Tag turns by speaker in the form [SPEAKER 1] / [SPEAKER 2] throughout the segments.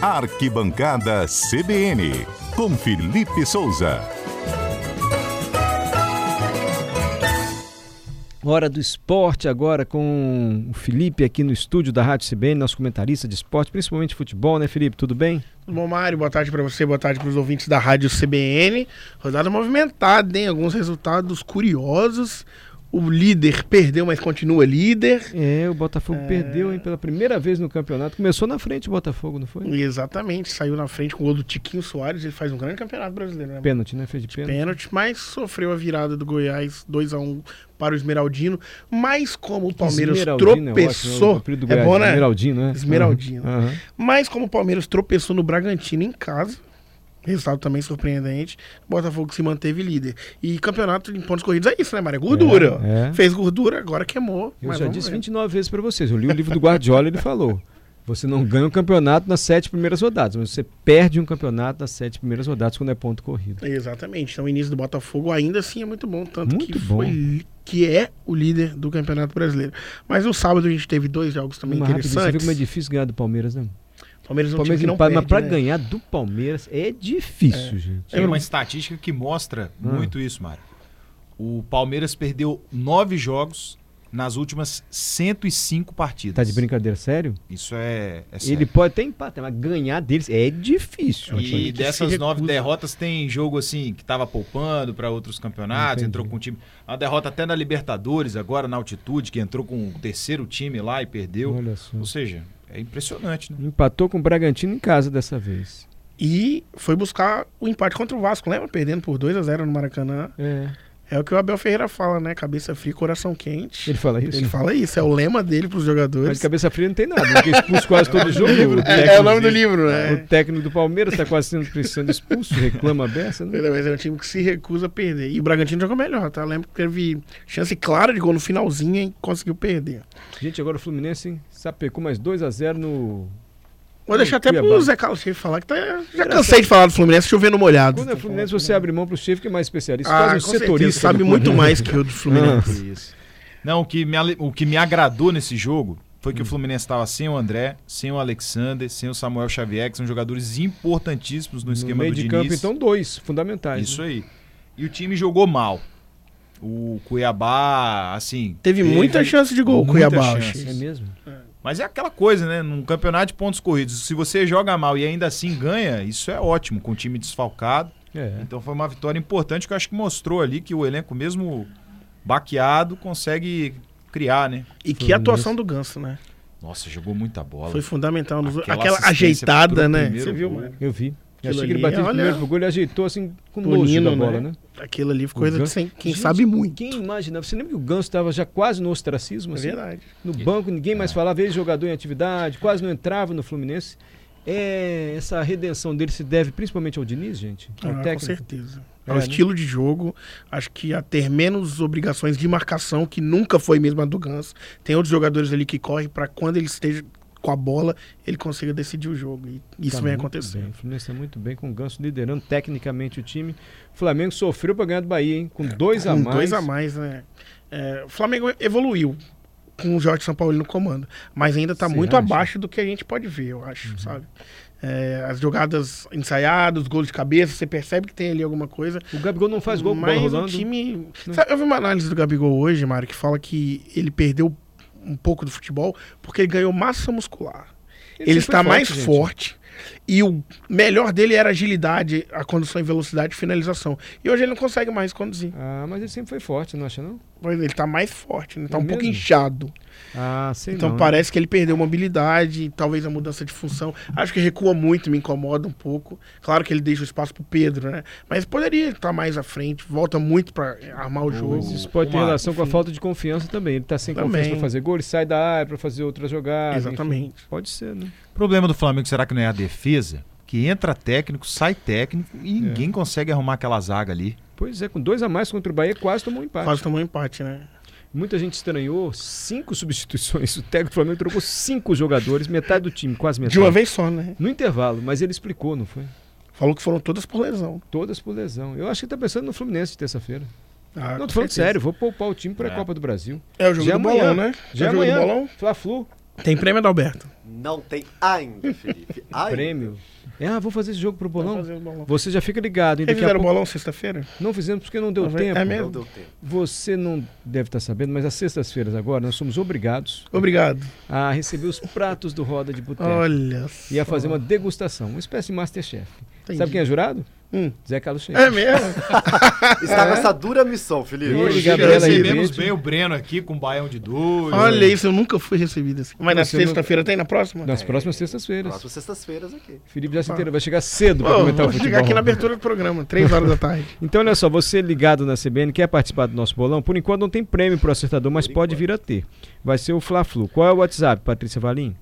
[SPEAKER 1] Arquibancada CBN, com Felipe Souza.
[SPEAKER 2] Hora do esporte agora com o Felipe aqui no estúdio da Rádio CBN, nosso comentarista de esporte, principalmente futebol, né, Felipe? Tudo bem?
[SPEAKER 3] Tudo bom, Mário? Boa tarde para você, boa tarde para os ouvintes da Rádio CBN. Rodada movimentada, hein? Alguns resultados curiosos. O líder perdeu, mas continua líder.
[SPEAKER 2] É, o Botafogo perdeu, hein, pela primeira vez no campeonato. Começou na frente o Botafogo, não foi?
[SPEAKER 3] Exatamente, saiu na frente com o gol do Tiquinho Soares. Ele faz um grande campeonato brasileiro, né?
[SPEAKER 2] Pênalti, né? Fez de pênalti.
[SPEAKER 3] Pênalti, mas sofreu a virada do Goiás 2 a 1 para o Esmeraldino. Mas como o Palmeiras
[SPEAKER 2] Esmeraldino é ótimo, o
[SPEAKER 3] tropeçou.
[SPEAKER 2] apelido do
[SPEAKER 3] É,
[SPEAKER 2] Goiás,
[SPEAKER 3] bom, né?
[SPEAKER 2] Esmeraldino, né?
[SPEAKER 3] Esmeraldino.
[SPEAKER 2] Aham, aham.
[SPEAKER 3] Mas como o Palmeiras tropeçou no Bragantino em casa, resultado também surpreendente, o Botafogo se manteve líder. E campeonato em pontos corridos é isso, né, Mário? É Gordura.
[SPEAKER 2] É, é.
[SPEAKER 3] Fez gordura, agora queimou.
[SPEAKER 2] Eu
[SPEAKER 3] mas
[SPEAKER 2] já
[SPEAKER 3] vamos
[SPEAKER 2] disse
[SPEAKER 3] ver.
[SPEAKER 2] 29 vezes para vocês. Eu li o livro do Guardiola e ele falou. Você não ganha o campeonato nas sete primeiras rodadas, mas você perde um campeonato nas sete primeiras rodadas quando é ponto corrido.
[SPEAKER 3] Exatamente. Então o início do Botafogo ainda assim é muito bom, tanto que
[SPEAKER 2] Muito bom.
[SPEAKER 3] foi li- que é o líder do Campeonato Brasileiro. Mas no sábado a gente teve dois jogos também
[SPEAKER 2] Uma rapidez, você viu
[SPEAKER 3] interessantes.
[SPEAKER 2] como é difícil ganhar do Palmeiras, né?
[SPEAKER 3] Palmeiras é um
[SPEAKER 2] Palmeiras
[SPEAKER 3] time que não
[SPEAKER 2] empata, mas
[SPEAKER 3] perde,
[SPEAKER 2] para
[SPEAKER 3] né? É,
[SPEAKER 2] ganhar do Palmeiras é difícil, gente.
[SPEAKER 4] Tem uma estatística que mostra
[SPEAKER 2] Ah.
[SPEAKER 4] muito isso, Mário. O Palmeiras perdeu nove jogos nas últimas 105 partidas.
[SPEAKER 2] Tá de brincadeira, sério?
[SPEAKER 4] Isso é, é
[SPEAKER 2] Ele
[SPEAKER 4] sério.
[SPEAKER 2] pode até empatar, mas ganhar deles é difícil.
[SPEAKER 4] E
[SPEAKER 3] time que se
[SPEAKER 4] dessas nove
[SPEAKER 3] recusa.
[SPEAKER 4] derrotas tem jogo assim que tava poupando para outros campeonatos,
[SPEAKER 2] Entendi.
[SPEAKER 4] entrou com o time. Uma derrota até na Libertadores, agora na altitude, que entrou com o terceiro time lá e perdeu.
[SPEAKER 2] Olha só.
[SPEAKER 4] Ou seja, é impressionante, né?
[SPEAKER 2] Empatou com o Bragantino em casa dessa vez.
[SPEAKER 3] E foi buscar o empate contra o Vasco, lembra? Perdendo por 2 a 0 no Maracanã.
[SPEAKER 2] É.
[SPEAKER 3] É o que o Abel Ferreira fala, né? Cabeça fria, coração quente.
[SPEAKER 2] Ele fala isso?
[SPEAKER 3] Ele fala isso, é o lema dele
[SPEAKER 2] Mas
[SPEAKER 3] pros
[SPEAKER 2] de
[SPEAKER 3] jogadores.
[SPEAKER 2] cabeça fria não tem nada, porque expulso quase todo jogo. O
[SPEAKER 3] É, é
[SPEAKER 2] técnico
[SPEAKER 3] o nome do
[SPEAKER 2] dele-
[SPEAKER 3] livro,
[SPEAKER 2] O
[SPEAKER 3] né?
[SPEAKER 2] técnico do Palmeiras tá quase sendo, sendo expulso, reclama a beça, né?
[SPEAKER 3] Mas é um time que se recusa a perder. E o Bragantino jogou melhor, tá? Lembro que teve chance clara de gol no finalzinho e conseguiu perder.
[SPEAKER 2] Gente, agora o Fluminense sapecou mais 2x0 no.
[SPEAKER 3] Vou deixar até
[SPEAKER 2] Cuiabá.
[SPEAKER 3] pro Zé Carlos Schiff falar que tá. Já cansei de falar do Fluminense chovendo molhado.
[SPEAKER 2] Quando é Fluminense, você abre mão pro chefe que é mais especialista.
[SPEAKER 3] Ah,
[SPEAKER 2] quase um
[SPEAKER 3] com certeza,
[SPEAKER 2] setorista.
[SPEAKER 3] sabe
[SPEAKER 2] do
[SPEAKER 3] muito
[SPEAKER 2] Fluminense.
[SPEAKER 3] mais que o do Fluminense.
[SPEAKER 4] Isso. Não, o que, me, ale- o que me agradou nesse jogo foi
[SPEAKER 2] Hum.
[SPEAKER 4] que o Fluminense estava sem o André, sem o Alexander, sem o Samuel Xavier, que são jogadores importantíssimos no,
[SPEAKER 2] No
[SPEAKER 4] esquema
[SPEAKER 2] meio
[SPEAKER 4] do
[SPEAKER 2] de
[SPEAKER 4] Diniz.
[SPEAKER 2] campo, então, dois fundamentais. né?
[SPEAKER 4] Isso aí. E o time jogou mal. O Cuiabá, assim.
[SPEAKER 3] Teve muita chance de gol,
[SPEAKER 4] muita
[SPEAKER 3] Cuiabá.
[SPEAKER 4] chance.
[SPEAKER 3] achei.
[SPEAKER 2] É mesmo?
[SPEAKER 4] Mas é aquela coisa, né? Num campeonato de pontos corridos, se você joga mal e ainda assim ganha, isso é ótimo, com o time desfalcado.
[SPEAKER 2] É.
[SPEAKER 4] Então foi uma vitória importante que eu acho que mostrou ali que o elenco, mesmo baqueado, consegue criar, né?
[SPEAKER 3] E que
[SPEAKER 2] Fluminense.
[SPEAKER 3] atuação do Ganso, né?
[SPEAKER 4] Nossa, jogou muita bola.
[SPEAKER 3] Foi fundamental. nos-
[SPEAKER 4] Aquela
[SPEAKER 3] Aquela,
[SPEAKER 4] assistência pro
[SPEAKER 3] ajeitada, né?
[SPEAKER 4] primeiro
[SPEAKER 3] Você viu,
[SPEAKER 4] gol.
[SPEAKER 3] mano?
[SPEAKER 2] Eu vi. Eu
[SPEAKER 3] Aquilo
[SPEAKER 2] achei que ele
[SPEAKER 3] ali, é,
[SPEAKER 2] bateu de
[SPEAKER 3] olha-
[SPEAKER 2] primeiro pro gol, ele ajeitou assim com
[SPEAKER 3] O
[SPEAKER 2] nojo da
[SPEAKER 3] Nino,
[SPEAKER 2] bola,
[SPEAKER 3] né?
[SPEAKER 2] né?
[SPEAKER 3] Aquilo ali
[SPEAKER 2] O
[SPEAKER 3] ficou coisa de
[SPEAKER 2] Ganso-
[SPEAKER 3] sem- quem
[SPEAKER 2] Gente,
[SPEAKER 3] sabe muito.
[SPEAKER 2] Quem imaginava? Você lembra que o Ganso tava já quase no ostracismo?
[SPEAKER 3] É
[SPEAKER 2] assim?
[SPEAKER 3] verdade.
[SPEAKER 2] No banco, ninguém
[SPEAKER 4] É.
[SPEAKER 2] mais falava, ele jogador em atividade, quase não entrava no Fluminense. É, essa redenção dele se deve principalmente ao Diniz, gente? Ao
[SPEAKER 3] Ah, com
[SPEAKER 2] técnico?
[SPEAKER 3] certeza. É
[SPEAKER 2] É,
[SPEAKER 3] o
[SPEAKER 2] né?
[SPEAKER 3] estilo de jogo. Acho que a ter menos obrigações de marcação, que nunca foi mesmo a do Ganso. Tem outros jogadores ali que correm para quando ele esteja com a bola, ele consiga decidir o jogo. E isso
[SPEAKER 2] Tá
[SPEAKER 3] vem
[SPEAKER 2] muito
[SPEAKER 3] acontecendo.
[SPEAKER 2] bem, O Fluminense tá muito bem com o Ganso liderando tecnicamente o time. O Flamengo sofreu para ganhar do Bahia, hein? Com Um dois a
[SPEAKER 3] É, Com
[SPEAKER 2] mais.
[SPEAKER 3] Um Dois a mais, né? É, o Flamengo evoluiu com o Jorge São Paulo no comando, mas ainda tá
[SPEAKER 2] Você
[SPEAKER 3] muito
[SPEAKER 2] acha? Uhum.
[SPEAKER 3] abaixo do que a gente pode ver, eu acho, sabe? É, as jogadas ensaiadas, os gols de cabeça, você percebe que tem ali alguma coisa.
[SPEAKER 2] O Gabigol não faz gol com bola
[SPEAKER 3] mas o
[SPEAKER 2] rolando.
[SPEAKER 3] time. Sabe, eu vi uma análise do Gabigol hoje, Mário, que fala que ele perdeu um pouco do futebol porque ele ganhou massa muscular.
[SPEAKER 2] sempre
[SPEAKER 3] Ele,
[SPEAKER 2] foi
[SPEAKER 3] está mais
[SPEAKER 2] gente.
[SPEAKER 3] forte e o melhor dele era a agilidade, a condução em velocidade e finalização. E hoje ele não consegue mais conduzir.
[SPEAKER 2] Ah, mas ele sempre foi forte, não acha não?
[SPEAKER 3] Pois é, ele tá mais forte, né? Tá
[SPEAKER 2] É
[SPEAKER 3] um pouco
[SPEAKER 2] mesmo?
[SPEAKER 3] inchado.
[SPEAKER 2] Ah, sei
[SPEAKER 3] então
[SPEAKER 2] não. né?
[SPEAKER 3] parece que ele perdeu mobilidade, talvez a mudança de função. Acho que recua muito, me incomoda um pouco. Claro que ele deixa o espaço pro Pedro, né? Mas poderia estar mais à frente, volta muito pra armar o jogo.
[SPEAKER 2] Mas isso pode ter
[SPEAKER 4] Uma-
[SPEAKER 2] relação com a falta de confiança também. Ele tá sem
[SPEAKER 3] Também.
[SPEAKER 2] confiança para fazer gol, ele sai da área para fazer outra jogada. enfim.
[SPEAKER 3] Exatamente.
[SPEAKER 2] Pode ser, né?
[SPEAKER 4] O problema do Flamengo será que não é a defesa? Que entra técnico, sai técnico e ninguém consegue arrumar aquela zaga ali.
[SPEAKER 2] Pois é, com dois a mais contra o Bahia, quase tomou um empate.
[SPEAKER 3] Quase tomou um empate, né?
[SPEAKER 2] Muita gente estranhou cinco substituições. O técnico do Flamengo trocou cinco jogadores, metade do time, quase metade.
[SPEAKER 3] De uma vez só, né?
[SPEAKER 2] No intervalo, mas ele explicou, não foi?
[SPEAKER 3] Falou que foram todas por lesão.
[SPEAKER 2] Todas por lesão. Eu acho que ele tá pensando no Fluminense de terça-feira.
[SPEAKER 3] Ah,
[SPEAKER 2] não,
[SPEAKER 3] com
[SPEAKER 2] tô falando
[SPEAKER 3] certeza.
[SPEAKER 2] sério, vou poupar o time para a
[SPEAKER 4] É.
[SPEAKER 2] Copa do Brasil.
[SPEAKER 3] É o jogo
[SPEAKER 2] Já
[SPEAKER 3] do
[SPEAKER 2] amanhã.
[SPEAKER 3] bolão, né?
[SPEAKER 2] Já
[SPEAKER 3] é o jogo
[SPEAKER 2] amanhã,
[SPEAKER 3] do bolão?
[SPEAKER 2] Fla-Flu.
[SPEAKER 3] Tem prêmio Adalberto.
[SPEAKER 5] Não tem ainda, Felipe. Ainda.
[SPEAKER 2] Prêmio. É, ah, vou fazer esse jogo pro
[SPEAKER 3] Vamos
[SPEAKER 2] bolão.
[SPEAKER 3] fazer o bolão.
[SPEAKER 2] Você já fica ligado. hein?
[SPEAKER 3] Vocês
[SPEAKER 2] Daqui a
[SPEAKER 3] fizeram o
[SPEAKER 2] pouco-
[SPEAKER 3] bolão sexta-feira?
[SPEAKER 2] Não fizemos porque não deu
[SPEAKER 3] É
[SPEAKER 2] tempo.
[SPEAKER 3] mesmo?
[SPEAKER 5] Não deu tempo.
[SPEAKER 2] Você não deve estar sabendo, mas às sextas-feiras agora nós somos obrigados
[SPEAKER 3] Obrigado.
[SPEAKER 2] a receber os pratos do Roda de Boteco
[SPEAKER 3] Olha só.
[SPEAKER 2] e a fazer uma degustação, uma espécie de Masterchef. Sabe quem é jurado?
[SPEAKER 3] Hum.
[SPEAKER 2] Zé Carlos Cheio.
[SPEAKER 3] É mesmo?
[SPEAKER 5] Está com essa dura missão, Felipe.
[SPEAKER 2] Ele,
[SPEAKER 4] Hoje
[SPEAKER 2] Gabriela
[SPEAKER 4] recebemos
[SPEAKER 2] Rivete.
[SPEAKER 4] bem o Breno aqui com o Baião de Dois.
[SPEAKER 3] Olha isso, eu nunca fui recebido assim. Mas na
[SPEAKER 2] é. Você não-
[SPEAKER 3] sexta-feira tem? Na próxima?
[SPEAKER 2] Nas próximas sextas-feiras.
[SPEAKER 5] Próximas sextas-feiras aqui.
[SPEAKER 2] Felipe já se inteirou, vai chegar cedo para
[SPEAKER 3] Tá. Ô,
[SPEAKER 2] comentar o
[SPEAKER 3] vou chegar
[SPEAKER 2] tá futebol.
[SPEAKER 3] aqui na abertura do programa, três horas da tarde.
[SPEAKER 2] Então, olha só, você ligado na CBN, quer participar do nosso bolão? Por enquanto não tem prêmio pro acertador, mas pode vir a ter. Vai ser o Fla-Flu. Qual é o WhatsApp, Patrícia Valim?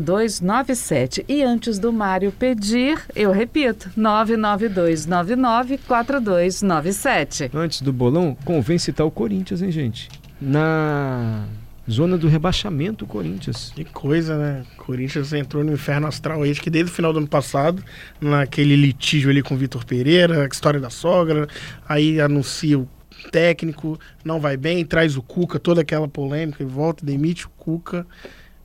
[SPEAKER 6] 992994297. E antes do Mário pedir, eu repito, 992994297.
[SPEAKER 2] Antes do bolão, convém citar o Corinthians, hein, gente? Na zona do rebaixamento, o Corinthians.
[SPEAKER 3] Que coisa, né? Corinthians entrou no inferno astral aí, acho que desde o final do ano passado, naquele litígio ali com o Vitor Pereira, a história da sogra, aí anuncia o técnico, não vai bem, traz o Cuca, toda aquela polêmica, e volta, demite o Cuca.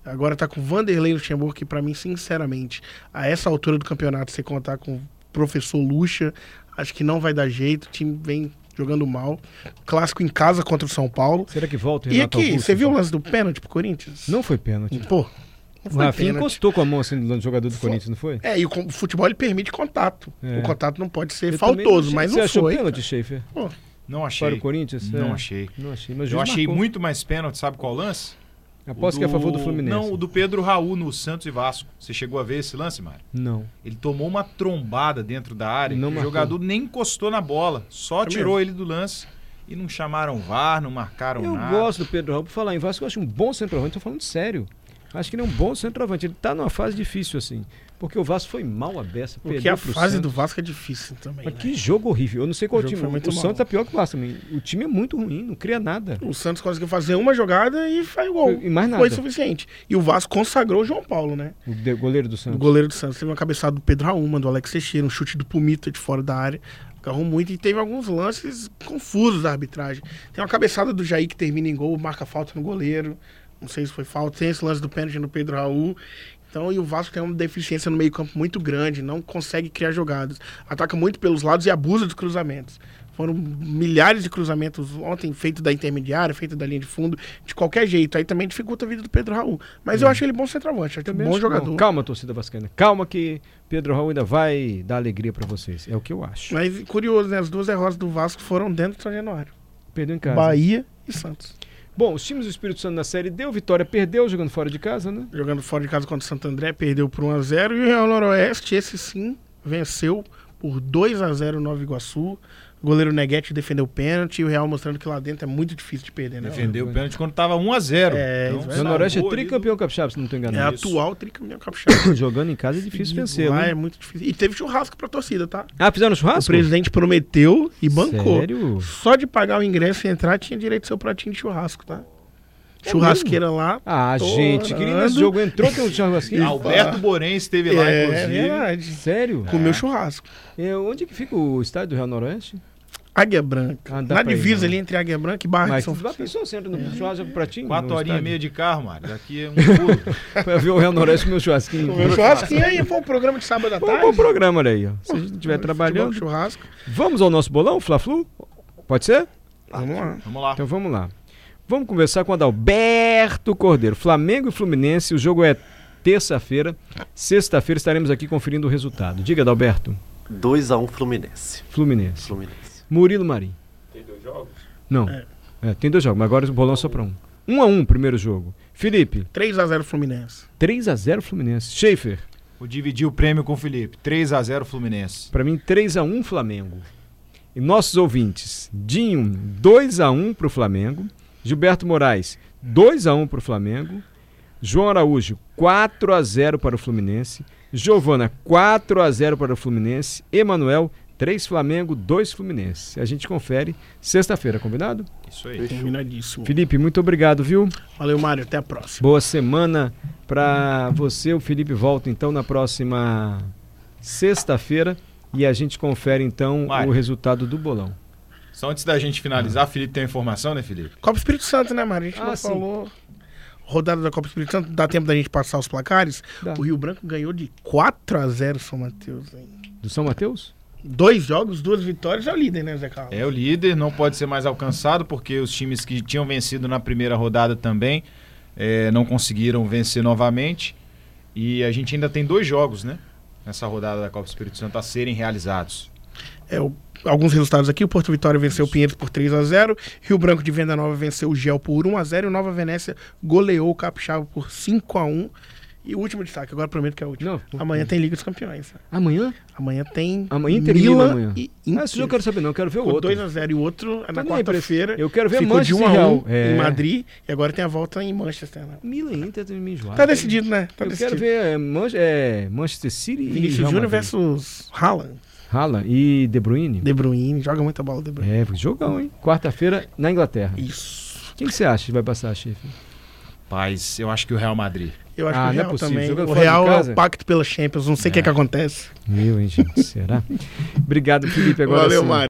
[SPEAKER 3] Agora tá com o Vanderlei Luxemburgo, que pra mim, sinceramente, a essa altura do campeonato, você contar com o professor Lucha, acho que não vai dar jeito, o time vem jogando mal. Clássico em casa contra o São Paulo.
[SPEAKER 2] Será que volta o
[SPEAKER 3] E
[SPEAKER 2] Renato
[SPEAKER 3] aqui,
[SPEAKER 2] Augusto? então.
[SPEAKER 3] você viu o então? lance do pênalti pro Corinthians?
[SPEAKER 2] Não foi pênalti.
[SPEAKER 3] Pô, não
[SPEAKER 2] O
[SPEAKER 3] foi
[SPEAKER 2] Rafinha
[SPEAKER 3] pênalti.
[SPEAKER 2] encostou com a mão assim do jogador do Corinthians, não foi?
[SPEAKER 3] É, e o com- o futebol ele permite contato.
[SPEAKER 2] É.
[SPEAKER 3] O contato não pode ser
[SPEAKER 2] Eu também
[SPEAKER 3] faltoso,
[SPEAKER 2] achei-
[SPEAKER 3] mas
[SPEAKER 2] Você
[SPEAKER 3] não
[SPEAKER 2] achou
[SPEAKER 3] foi.
[SPEAKER 2] pênalti, Schaefer?
[SPEAKER 4] Não achei.
[SPEAKER 2] Para o Corinthians?
[SPEAKER 4] Não
[SPEAKER 2] É.
[SPEAKER 4] achei.
[SPEAKER 2] Não achei, mas o
[SPEAKER 4] Eu
[SPEAKER 2] juiz
[SPEAKER 4] achei
[SPEAKER 2] marcou.
[SPEAKER 4] muito mais pênalti, sabe qual lance?
[SPEAKER 2] Aposto
[SPEAKER 4] O
[SPEAKER 2] que é a favor do Fluminense.
[SPEAKER 4] Não, o do Pedro Raul no Santos e Vasco. Você chegou a ver esse lance, Mário?
[SPEAKER 2] Não.
[SPEAKER 4] Ele tomou uma trombada dentro da área.
[SPEAKER 2] Não
[SPEAKER 4] que o
[SPEAKER 2] marcou. É
[SPEAKER 4] jogador nem encostou na bola. Só tirou ele do lance. E não chamaram VAR, não marcaram
[SPEAKER 2] Eu
[SPEAKER 4] nada.
[SPEAKER 2] gosto do Pedro Raul. Por falar em Vasco, eu acho um bom centroavante. Tô falando sério. Acho que ele é um bom centroavante. Ele tá numa fase difícil, assim. Porque o Vasco foi mal a beça.
[SPEAKER 3] Porque
[SPEAKER 2] perdeu
[SPEAKER 3] a
[SPEAKER 2] pro
[SPEAKER 3] fase
[SPEAKER 2] Santos.
[SPEAKER 3] do Vasco é difícil também.
[SPEAKER 2] Mas
[SPEAKER 3] né?
[SPEAKER 2] que jogo horrível. Eu não sei qual
[SPEAKER 3] O jogo
[SPEAKER 2] time.
[SPEAKER 3] foi
[SPEAKER 2] O
[SPEAKER 3] muito
[SPEAKER 2] Santos
[SPEAKER 3] mal.
[SPEAKER 2] tá pior que o Vasco também. O time é muito ruim, não cria nada.
[SPEAKER 3] O Santos conseguiu fazer uma jogada e faz gol.
[SPEAKER 2] E mais nada.
[SPEAKER 3] Foi suficiente. E o Vasco consagrou o João Paulo, né?
[SPEAKER 2] O de- goleiro do
[SPEAKER 3] O
[SPEAKER 2] Santos.
[SPEAKER 3] goleiro do Santos teve uma cabeçada do Pedro Raul, uma do Alex Teixeira, um chute do Pumita de fora da área. Agarrou muito e teve alguns lances confusos da arbitragem. Tem uma cabeçada do Jair que termina em gol, marca falta no goleiro. Não sei se foi falta. Tem esse lance do pênalti no Pedro Raul. Então, e o Vasco tem uma deficiência no meio-campo muito grande, não consegue criar jogadas. Ataca muito pelos lados e abusa dos cruzamentos. Foram milhares de cruzamentos ontem, feito da intermediária, feito da linha de fundo, de qualquer jeito. Aí também dificulta a vida do Pedro Raul. Mas eu acho ele bom centroavante, acho ele
[SPEAKER 2] Hum. Também
[SPEAKER 3] bom
[SPEAKER 2] acho que não.
[SPEAKER 3] jogador.
[SPEAKER 2] Calma, torcida vascaína. Calma que Pedro Raul ainda vai dar alegria pra vocês. É o que eu acho.
[SPEAKER 3] Mas curioso, né? As duas derrotas do Vasco foram dentro do São Januário.
[SPEAKER 2] Perdeu em casa.
[SPEAKER 3] Bahia e Santos.
[SPEAKER 2] Bom, os times do Espírito Santo na Série D, o Vitória perdeu jogando fora de casa, né?
[SPEAKER 3] Jogando fora de casa contra o Santo André, perdeu por 1x0. E o Real Noroeste, esse sim, venceu por 2x0 o Nova Iguaçu. O goleiro Neguete defendeu o pênalti. E o Real mostrando que lá dentro é muito difícil de perder, né?
[SPEAKER 4] Defendeu o pênalti quando tava 1x0.
[SPEAKER 3] É, isso
[SPEAKER 2] O
[SPEAKER 3] Mas é
[SPEAKER 2] Zona Noroeste é
[SPEAKER 4] salvou Então, ali do-
[SPEAKER 2] tricampeão capixaba, se não estou
[SPEAKER 3] É
[SPEAKER 2] enganado.
[SPEAKER 3] a
[SPEAKER 4] Isso.
[SPEAKER 3] atual tricampeão capixaba.
[SPEAKER 2] Jogando em casa é difícil vencer.
[SPEAKER 3] Lá
[SPEAKER 2] né?
[SPEAKER 3] é muito difícil. E teve churrasco pra torcida, tá?
[SPEAKER 2] Ah, fizeram
[SPEAKER 3] O
[SPEAKER 2] churrasco?
[SPEAKER 3] presidente prometeu e bancou.
[SPEAKER 2] Sério?
[SPEAKER 3] Só de pagar o ingresso e entrar, tinha direito ao seu pratinho de churrasco, tá?
[SPEAKER 2] É
[SPEAKER 3] Churrasqueira lá.
[SPEAKER 2] Ah,
[SPEAKER 3] Tô
[SPEAKER 2] gente, queria ir nesse
[SPEAKER 3] orando.
[SPEAKER 2] jogo. Entrou tem um churrasquinho?
[SPEAKER 4] Alberto Borém esteve lá,
[SPEAKER 3] É, é
[SPEAKER 2] né?
[SPEAKER 4] inclusive.
[SPEAKER 3] verdade.
[SPEAKER 2] Sério?
[SPEAKER 3] Comeu churrasco.
[SPEAKER 2] É, onde que fica o estádio do Real Noroeste?
[SPEAKER 3] Águia Branca.
[SPEAKER 2] Ah, dá
[SPEAKER 3] Na
[SPEAKER 2] pra ir,
[SPEAKER 3] divisa
[SPEAKER 2] né?
[SPEAKER 3] ali entre Águia Branca e Barra de
[SPEAKER 2] Mas
[SPEAKER 3] São
[SPEAKER 2] lá
[SPEAKER 3] Francisco.
[SPEAKER 2] pensou, você entra no churrasco pratinho?
[SPEAKER 4] Quatro
[SPEAKER 2] no
[SPEAKER 4] horinhas e
[SPEAKER 2] estádio?
[SPEAKER 4] meia de carro, Mário. Daqui é um pulo.
[SPEAKER 2] Pra ver o Real Noroeste meu churrasquinho.
[SPEAKER 3] Comeu churrasco. E aí, foi um programa de sábado à
[SPEAKER 2] Bom,
[SPEAKER 3] tarde.
[SPEAKER 2] bom programa, olha aí. Ó. Se a gente estiver
[SPEAKER 3] Futebol,
[SPEAKER 2] trabalhando.
[SPEAKER 3] churrasco.
[SPEAKER 2] Vamos ao nosso bolão, Fla-Flu? Pode ser?
[SPEAKER 3] Vamos lá.
[SPEAKER 4] Vamos lá.
[SPEAKER 2] Então vamos lá. Vamos conversar com o Adalberto Cordeiro. Flamengo e Fluminense, o jogo é terça-feira. Sexta-feira estaremos aqui conferindo o resultado. Diga, Adalberto.
[SPEAKER 5] 2x1 Fluminense.
[SPEAKER 2] Fluminense.
[SPEAKER 5] Fluminense.
[SPEAKER 2] Murilo Marim. Tem dois jogos? Não. É. tem dois jogos, mas agora o bolão é só pra um. 1 a 1 primeiro jogo. Felipe,
[SPEAKER 3] 3x0 Fluminense.
[SPEAKER 2] 3 a 0 Fluminense. Schaefer,
[SPEAKER 4] Vou dividir o prêmio com o Felipe. 3x0 Fluminense.
[SPEAKER 2] pra mim 3 a 1 Flamengo. E nossos ouvintes, Dinho, 2 a 1 pro Flamengo. Gilberto Moraes, 2 a 1 pro Flamengo. João Araújo, 4 a 0 para o Fluminense. Giovana, 4 a 0 para o Fluminense. Emanuel, 3 Flamengo, 2 Fluminense. A gente confere sexta-feira, combinado?
[SPEAKER 4] Isso aí.
[SPEAKER 3] Terminadíssimo.
[SPEAKER 2] Felipe, muito obrigado, viu?
[SPEAKER 3] Valeu, Mário. Até a próxima.
[SPEAKER 2] Boa semana pra você. O Felipe volta então na próxima sexta-feira e a gente confere então
[SPEAKER 4] Mário.
[SPEAKER 2] o resultado do bolão.
[SPEAKER 4] Só antes da gente finalizar, Felipe tem uma informação, né, Felipe?
[SPEAKER 3] Copa Espírito Santo, né, Mário? A gente
[SPEAKER 2] Ah,
[SPEAKER 3] não
[SPEAKER 2] sim.
[SPEAKER 3] falou. Rodada da Copa Espírito Santo, dá tempo da gente passar os placares?
[SPEAKER 2] Dá.
[SPEAKER 3] O Rio Branco ganhou de 4 a 0 São Mateus, hein?
[SPEAKER 2] Do São Mateus?
[SPEAKER 3] Dois jogos, duas vitórias, é o líder, né, Zé Carlos?
[SPEAKER 4] É o líder, não pode ser mais alcançado, porque os times que tinham vencido na primeira rodada também eh, não conseguiram vencer novamente. E a gente ainda tem dois jogos, né? Nessa rodada da Copa Espírito Santo a serem realizados.
[SPEAKER 3] É, o- alguns resultados aqui. O Porto Vitória venceu o Pinheiros por 3 a 0 Rio Branco de Venda Nova venceu o Gel por 1 a 0 E o Nova Venécia goleou o Capixaba por 5 a 1 E o último destaque, agora prometo que é o último.
[SPEAKER 2] Não, pô.
[SPEAKER 3] Amanhã tem Liga dos Campeões. né?
[SPEAKER 2] Amanhã?
[SPEAKER 3] Amanhã tem
[SPEAKER 2] Amanhã Inter e Milan
[SPEAKER 3] Milan
[SPEAKER 2] amanhã.
[SPEAKER 3] e Inter.
[SPEAKER 2] Ah, esse jogo eu quero saber, não. Eu quero ver o
[SPEAKER 3] Ficou
[SPEAKER 2] outro.
[SPEAKER 3] 2 a 0 e o outro é na
[SPEAKER 2] Tô nem aí pra esse-
[SPEAKER 3] quarta-feira.
[SPEAKER 2] Eu quero ver
[SPEAKER 3] Ficou de
[SPEAKER 2] Manchester
[SPEAKER 3] 1 a 1
[SPEAKER 2] e Real. É.
[SPEAKER 3] em Madrid e agora tem a volta em Manchester. Né?
[SPEAKER 2] Milan e Inter tem me enjoado.
[SPEAKER 3] Tá decidido, né? Tá
[SPEAKER 2] Ah, é. eu
[SPEAKER 3] decidido.
[SPEAKER 2] quero ver é, Manche- é, Manchester City e
[SPEAKER 3] Vinícius
[SPEAKER 2] Real Madrid.
[SPEAKER 3] Júnior versus Haaland.
[SPEAKER 2] Haaland e De Bruyne.
[SPEAKER 3] De Bruyne, joga muita bola o De Bruyne.
[SPEAKER 2] É, jogão, hein? Quarta-feira na Inglaterra.
[SPEAKER 3] Isso.
[SPEAKER 2] Quem que você acha que vai passar, chefe?
[SPEAKER 4] Paz, eu acho que o Real Madrid.
[SPEAKER 3] Eu acho
[SPEAKER 2] Ah,
[SPEAKER 3] que o
[SPEAKER 2] não é
[SPEAKER 3] Real
[SPEAKER 2] possível.
[SPEAKER 3] também.
[SPEAKER 2] Jogando
[SPEAKER 3] O
[SPEAKER 2] fora de
[SPEAKER 3] Real é
[SPEAKER 2] casa?
[SPEAKER 3] o pacto pela Champions, não sei o que,
[SPEAKER 4] É.
[SPEAKER 3] que acontece.
[SPEAKER 2] Meu, hein, gente? Será? Obrigado, Felipe. Agora
[SPEAKER 3] Valeu,
[SPEAKER 2] sim.
[SPEAKER 3] Mário.